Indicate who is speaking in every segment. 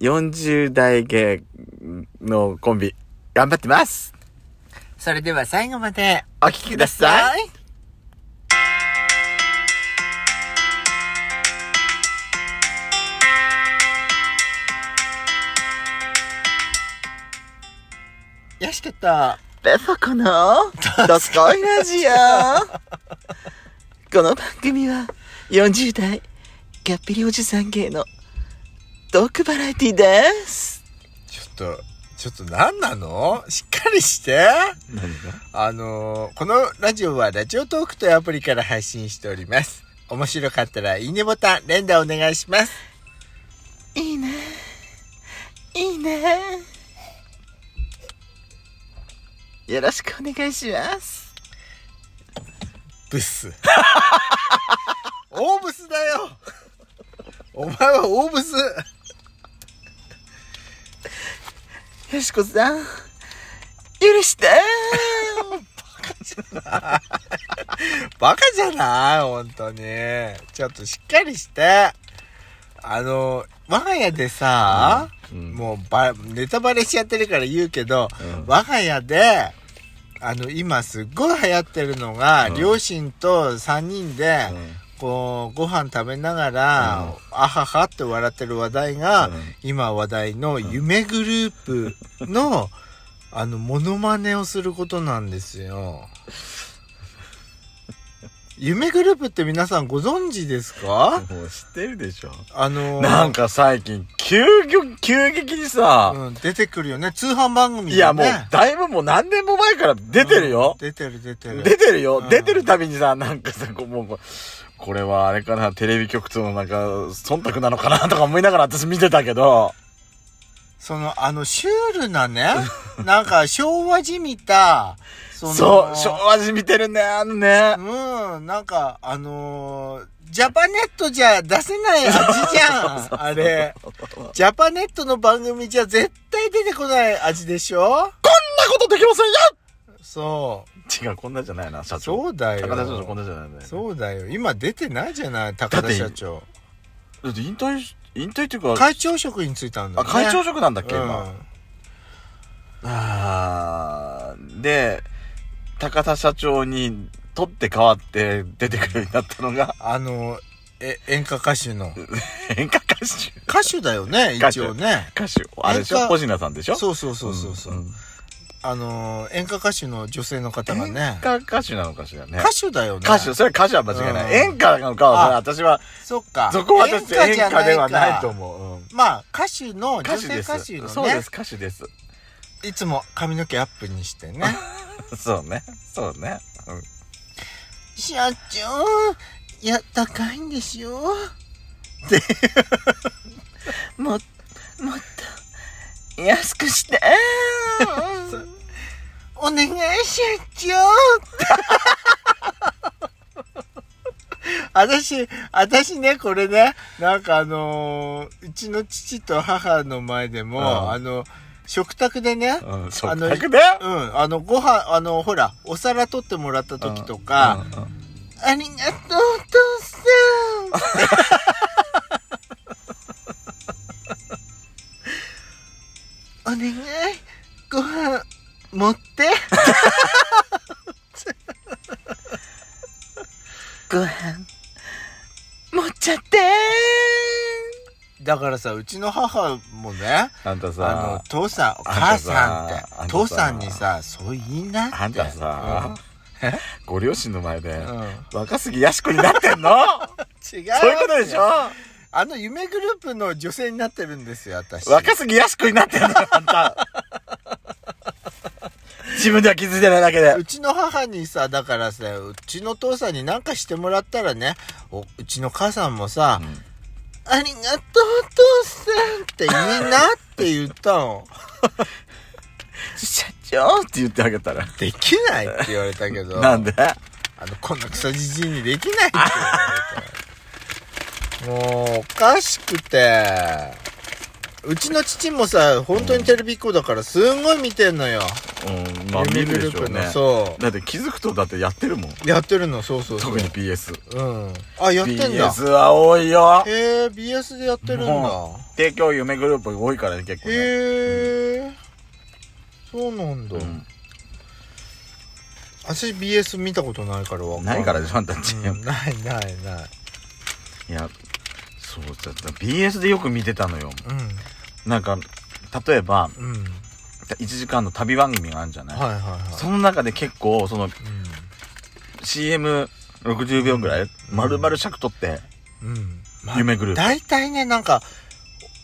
Speaker 1: 40代芸のコンビ、頑張ってます
Speaker 2: それでは最後まで。
Speaker 1: お聞きください。
Speaker 2: よしかった。
Speaker 1: ペソコの、ドスコイラジオこの番組は、40代、ギャッピリおじさん芸の、トークバラエティです。
Speaker 2: ちょっと、ちょっと何なのしっかりして。
Speaker 1: 何が
Speaker 2: あのーこのラジオはラジオトークというアプリから配信しております。面白かったらいいねボタン、連打お願いします。
Speaker 1: いいね。いいね。よろしくお願いします。
Speaker 2: ブス。大ブスだよ。お前は大ブス。
Speaker 1: よしこさん、許して。
Speaker 2: バカじゃない本当に。ちょっとしっかりして。あの、我が家でさ、
Speaker 1: うん
Speaker 2: もうば、ネタバレしちゃってるから言うけど、
Speaker 1: うん
Speaker 2: 我が家で、あの、今すっごい流行ってるのが、
Speaker 1: うん
Speaker 2: 両親と3人で、こう、ご飯食べながら、あははって笑ってる話題が、
Speaker 1: うん
Speaker 2: 今話題の夢グループの、あの、モノマネをすることなんですよ。夢グループって皆さんご存知ですか
Speaker 1: もう知ってるでしょ。
Speaker 2: あの、
Speaker 1: なんか最近、急激、急激にさ、
Speaker 2: うん、出てくるよね。通販番組、ね、
Speaker 1: いやもう、だいぶもう何年も前から出てるよ。
Speaker 2: 出てる出てる。
Speaker 1: 出てるよ
Speaker 2: う。ん
Speaker 1: 出てるたびにさ、なんかさ、こうもうこう、これはあれかな、テレビ局とのなんか、忖度なのかなとか思いながら私見てたけど、
Speaker 2: その、あの、シュールなね、なんか昭和じみた、そ
Speaker 1: そう、昭和じみてるね、あのね。
Speaker 2: うん、なんか、あのージャパネットじゃ出せな い味じゃん、あれ。ジャパネットの番組じゃ絶対出てこない味でしょ
Speaker 1: そんなことできま
Speaker 2: そ
Speaker 1: せんよ違う、こんなじゃないな、社
Speaker 2: う。
Speaker 1: 長。
Speaker 2: そうだよ。
Speaker 1: 高田社長こんなじゃないんだよね。
Speaker 2: そうだよ。今出てないじゃない、高田社長。
Speaker 1: だって引退し、引退っていうか、
Speaker 2: 会長職に就いたんだ
Speaker 1: あ、
Speaker 2: よ、ね。
Speaker 1: 会長職なんだっけ、
Speaker 2: うん
Speaker 1: 今。あーで、高田社長に取って代わって出てくるようになったの が、
Speaker 2: あのーえ、演歌歌手の。
Speaker 1: 演歌歌手。
Speaker 2: 歌手だよね、
Speaker 1: 歌手
Speaker 2: 一応ね。
Speaker 1: 歌手。あれでし
Speaker 2: 演
Speaker 1: ょ
Speaker 2: 歌
Speaker 1: ポジナさんでしょ
Speaker 2: そうそうそうそうそう。
Speaker 1: んん
Speaker 2: あのー演歌歌手の女性の方が
Speaker 1: 演
Speaker 2: ね。
Speaker 1: 歌歌手なのかしらね
Speaker 2: 歌。手だよね。
Speaker 1: 歌手、それは歌手は間違いない。
Speaker 2: うん
Speaker 1: 演歌なのかは、
Speaker 2: あ
Speaker 1: それは私は、
Speaker 2: そっか。
Speaker 1: そこは私演
Speaker 2: じゃ
Speaker 1: 歌ではないと
Speaker 2: う。
Speaker 1: 思ううん。
Speaker 2: まあ、歌手の、
Speaker 1: 歌
Speaker 2: 女
Speaker 1: 手
Speaker 2: 性
Speaker 1: です。
Speaker 2: 歌手のね、
Speaker 1: そうです、歌手です。
Speaker 2: いつも髪の毛アップにしてね。
Speaker 1: そうね。そうね。うん
Speaker 2: 社長、いや、高いんです よ。
Speaker 1: も、もっと、安くして。
Speaker 2: お願い、社 長。私、私ね、これね、なんかあのーうちの父と母の前でも、
Speaker 1: うん
Speaker 2: あの、食卓でね、
Speaker 1: うん、
Speaker 2: あ
Speaker 1: 食
Speaker 2: の
Speaker 1: 卓で
Speaker 2: うん、あの、ご飯、あの、ほら、お皿取ってもらった時とか、
Speaker 1: うんうん
Speaker 2: ありがとう、お父さん。お願い、ご飯、持って。
Speaker 1: ご飯、持っちゃって
Speaker 2: だからさ、うちの母もね、
Speaker 1: あんた
Speaker 2: あ
Speaker 1: さ
Speaker 2: の、、父さん、お母さんって、
Speaker 1: あんたさ
Speaker 2: 父さんにさ、そう言いなって。
Speaker 1: あんたさ、ご両親の前で、
Speaker 2: うん、うん違う
Speaker 1: 若杉やしこになってんの そういうことでしょ
Speaker 2: あの、夢グループの女性になってるんですよ、私。
Speaker 1: 若杉やしこになってんのよ あんた。自分では気づいてないだけで。
Speaker 2: うちの母にさ、だからさ、うちの父さんになんかしてもらったらね、おうちの母さんもさ、ありがとうお父さんっていいなって言ったの。
Speaker 1: 社長って言ってあげたら。
Speaker 2: できないって言われたけ ど、
Speaker 1: なんで
Speaker 2: あの、こんなクソじじいにできないって言われた。 もう、おかしくて、うちの父もさ、本当にテレビっ子だからすんごい見てんのよ。
Speaker 1: うんまあ見
Speaker 2: 夢
Speaker 1: るで
Speaker 2: グル
Speaker 1: しょ
Speaker 2: ー
Speaker 1: う
Speaker 2: プの
Speaker 1: ね
Speaker 2: そ
Speaker 1: だって気づくとだってやってるもん
Speaker 2: うやってるのそうそうそう
Speaker 1: 特に BS
Speaker 2: うんあやってんだ
Speaker 1: BS は多いよ
Speaker 2: へえ BS でやってるんだ
Speaker 1: も帝京夢グループ多いからね結構ね
Speaker 2: へえそうなんだ、
Speaker 1: うん
Speaker 2: 私 BS 見たことないからわかん
Speaker 1: ないからでしょあんたっち、
Speaker 2: うんないないない
Speaker 1: いやそうだった BS でよく見てたのよ
Speaker 2: う
Speaker 1: なんか例えば
Speaker 2: んうん
Speaker 1: 1時間の旅番組があるんじゃない、
Speaker 2: はいはいはい
Speaker 1: その中で結構その
Speaker 2: う
Speaker 1: CM60 秒ぐらい丸々尺取って
Speaker 2: んうん
Speaker 1: 夢グループ、
Speaker 2: 大体ねなんか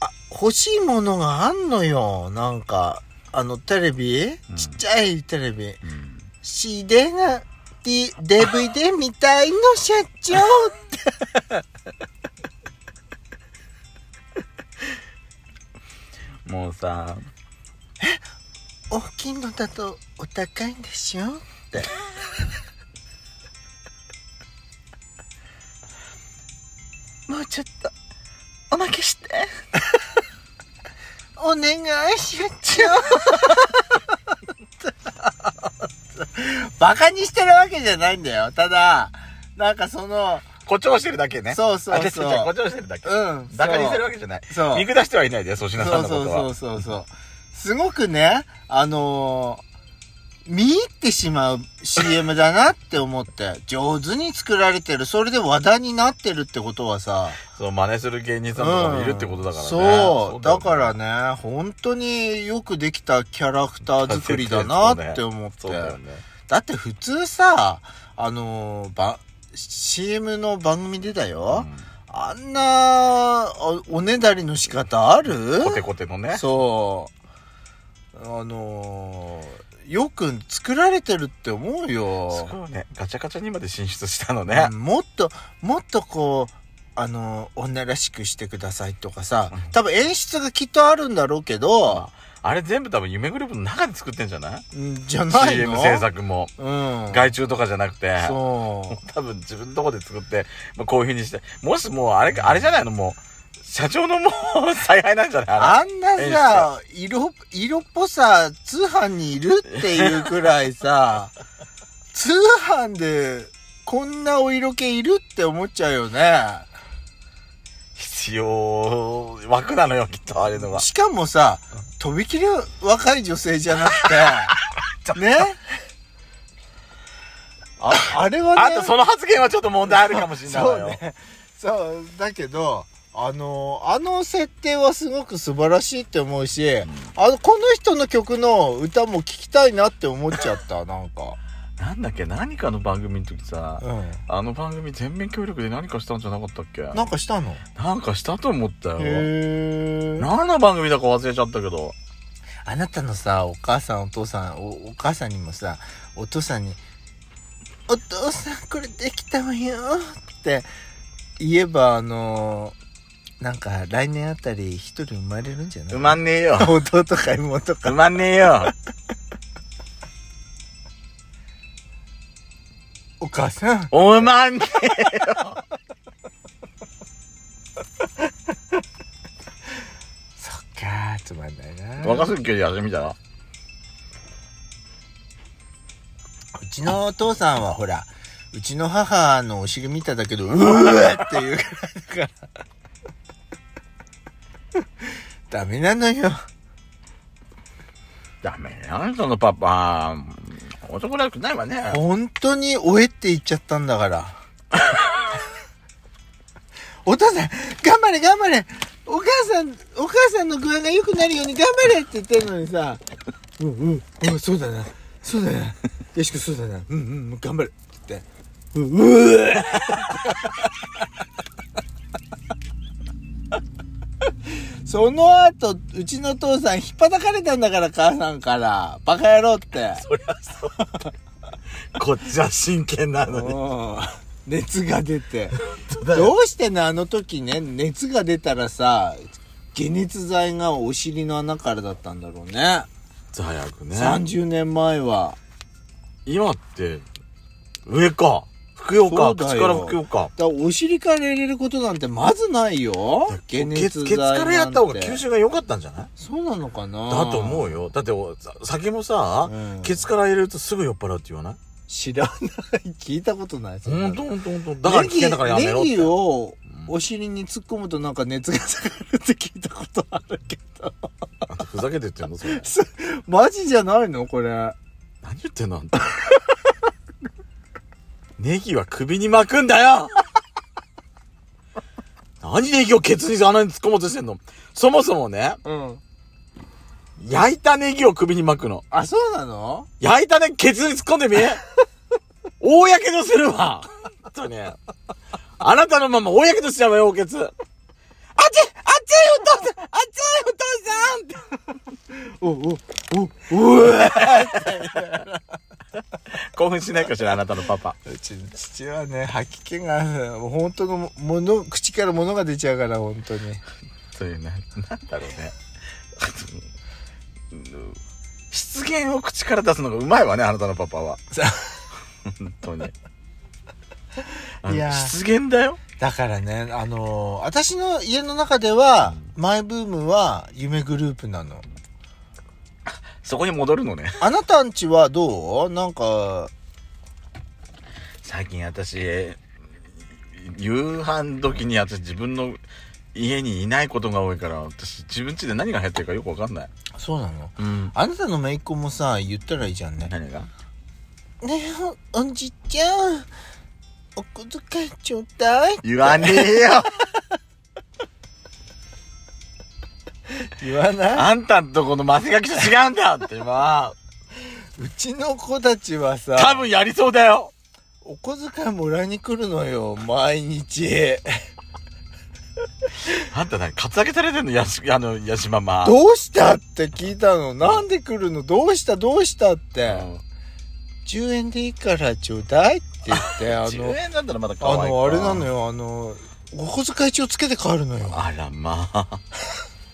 Speaker 2: あ欲しいものがあんのよなんかあのテレビ、
Speaker 1: うん
Speaker 2: ちっちゃいテレビ
Speaker 1: うん
Speaker 2: CD が D DVD みたいの社 長
Speaker 1: もうさ
Speaker 2: 大きいのだとお高いんでしょって
Speaker 3: もうちょっとおまけして
Speaker 2: お願い社長 バカにしてるわけじゃないんだよただなんかその
Speaker 1: 誇張してるだけね
Speaker 2: そうそうそう
Speaker 1: あ違う違う誇張してるだけ、
Speaker 2: うん
Speaker 1: バカにして
Speaker 2: そう
Speaker 1: るわけじゃない
Speaker 2: そう
Speaker 1: 見下してはいないで粗品さんのことは
Speaker 2: そうそうそうそうそうすごくねあのー見入ってしまう CM だなって思って上手に作られてるそれで話題になってるってことはさ
Speaker 1: そう真似する芸人さんとかもいるってことだからね、
Speaker 2: そうだ
Speaker 1: よね
Speaker 2: からね本当によくできたキャラクター作りだなって思って
Speaker 1: そうだよね
Speaker 2: だって普通さあのーば CM の番組でだよ、あんなあおねだりの仕方ある
Speaker 1: うんコテコテのね
Speaker 2: そう。あのー、よく作られてるって思う
Speaker 1: す
Speaker 2: よ。
Speaker 1: ごいねガチャガチャにまで進出したのね
Speaker 2: うんもっと、もっとこう、あのー女らしくしてくださいとかさ
Speaker 1: うん、
Speaker 2: 多分演出がきっとあるんだろうけど、
Speaker 1: あれ全部多分夢グループの中で作ってんじゃない
Speaker 2: うんじゃないの
Speaker 1: CM 制作も
Speaker 2: うん。
Speaker 1: 外注とかじゃなくて
Speaker 2: そ。
Speaker 1: 多分自分のとこで作って、まあ、こういうふうにしてもしもうあれかあれじゃないのもう社長のもう 采配なんじゃないうあ
Speaker 2: あんなさ、色、色っぽさ、通販にいるっていうくら いさ、通販でこんなお色気いるって思っちゃうよね。
Speaker 1: れ必要枠なのよきっとあれのが
Speaker 2: しかもさ、とびきり若い女性じゃな くて、ねああれはね、
Speaker 1: あとその発言はちょっと問題あるかもしれないわ
Speaker 2: そう
Speaker 1: よ、
Speaker 2: ね。そう、だけど、あの、あの設定はすごく素晴らしいって思うし、あの、この人の曲の歌も聴きたいなって思っちゃった、なんか。
Speaker 1: なんだっけ何かの番組の時さ、
Speaker 2: う
Speaker 1: あの番組全面協力で何かしたんじゃなかったっけ
Speaker 2: ん。なんかしたのへ
Speaker 1: なんかしたと思ったよ
Speaker 2: え。
Speaker 1: 何の番組だか忘れちゃったけど
Speaker 2: あなたのさ、お母さん、お父さん、おお母さんにもさ、お父さんに、お父さん、これできたわよって言えば、あのーなんか来年あたり一人生まれるんじゃない
Speaker 1: 埋まんねえよ
Speaker 2: 弟か妹
Speaker 1: 埋
Speaker 2: か。
Speaker 1: まんねえよ
Speaker 2: お母さん、
Speaker 1: おまんねえ
Speaker 2: そっかー、つまんないな。
Speaker 1: 若すぎより始めたら
Speaker 2: うちのお父さんはほら、うちの母のお尻見ただけど、うーっていうぐらいだから。ダメなのよ。
Speaker 1: ダメよそのパパ男らしくないわね
Speaker 2: 本当におえって言っちゃったんだから。 お父さん、頑張れ頑張れお母さん、お母さんの具合が良くなるように頑張れって言ってるのにさ、うんうん、うん、そうだな、そうだな、よしくそうだな、うんうん、頑張れって言って、うんうーその後、うちの父さん、ひっぱたかれたんだから、母さんから。バカ野郎って。
Speaker 1: こっちは真剣なの
Speaker 2: うん熱が 出てどうしてねあの時ね熱が出たらさ解熱剤がお尻の穴からだったんだろうね
Speaker 1: 早くね
Speaker 2: 30年前は
Speaker 1: 今って上かふくよ
Speaker 2: そ
Speaker 1: か
Speaker 2: うだ
Speaker 1: 口
Speaker 2: よ
Speaker 1: からふくよか
Speaker 2: だからお尻から入れることなんてまずないよ解
Speaker 1: ケ
Speaker 2: 熱
Speaker 1: ツ
Speaker 2: 剤
Speaker 1: ケツからやった方が吸
Speaker 2: 収
Speaker 1: 収が良かったんじゃない
Speaker 2: そうなのかな
Speaker 1: だと思うよだっておさ酒もさ、
Speaker 2: うん
Speaker 1: ケツから入れるとすぐ酔っ払うって言わない
Speaker 2: 知らない聞いたことないそんな
Speaker 1: ほ
Speaker 2: の
Speaker 1: んとほんとほんとだから危険だからやめろっ
Speaker 2: ネギ
Speaker 1: て
Speaker 2: ネギをお尻に突っ込むとなんか熱が下がるって聞いたことあるけど
Speaker 1: あんたふざけて言ってんのそれ
Speaker 2: マジじゃないのこれ
Speaker 1: 何言ってんのあんた ネギは首に巻くんだよ 何ネギをケツに穴に突っ込もうとしてんのそもそもね、
Speaker 2: うん
Speaker 1: 焼いたネギを首に巻くの。
Speaker 2: あそうなの
Speaker 1: 焼いたネギケツに突っ込んでみ 大やけどするわ本当に。あなたのまま大やけどしちゃうわよ、おケツ。あっちあっちお父さんあっちお父さんって
Speaker 2: おお
Speaker 1: 興奮しないかしら、あなたのパパ。
Speaker 2: うちの父はね吐き気がもう本当のもの口から物が出ちゃうから本当に
Speaker 1: そういうね、なんだろうね。失言を口から出すのがうまいわね、あなたのパパは。本当に。
Speaker 2: いやー
Speaker 1: 失言だよ。
Speaker 2: だからねあのー私の家の中では、マイブームは夢グループなの
Speaker 1: そこに戻るのね。
Speaker 2: あなたんちはどうなんか
Speaker 1: 最近私、夕飯時に私自分の家にいないことが多いから、私自分家で何が流行ってるかよくわかんない。
Speaker 2: そうなの
Speaker 1: うん。
Speaker 2: あなたの姪っ子もさ言ったらいいじゃんね
Speaker 1: 何が
Speaker 2: ねえおじちゃんお小遣いちょうだい
Speaker 1: 言わねえよ
Speaker 2: 言わない
Speaker 1: あんたんとこのマセガキと違うんだよって今、
Speaker 2: うちの子たちはさ
Speaker 1: 多分やりそうだよ
Speaker 2: お小遣いもらいに来るのよ毎日
Speaker 1: あんた何、カツアゲされてんのやし、あの、やしママ。
Speaker 2: どうしたって聞いたのなんで来るのどうしたどうしたって、
Speaker 1: うん
Speaker 2: 10円でいいからちょうだいって言っ てあ
Speaker 1: 10
Speaker 2: の
Speaker 1: 円だったらまだ可
Speaker 2: あ
Speaker 1: 愛い
Speaker 2: のあれなの
Speaker 1: よ。
Speaker 2: よあのお小遣い帳つけて帰るのよ
Speaker 1: あらまあ。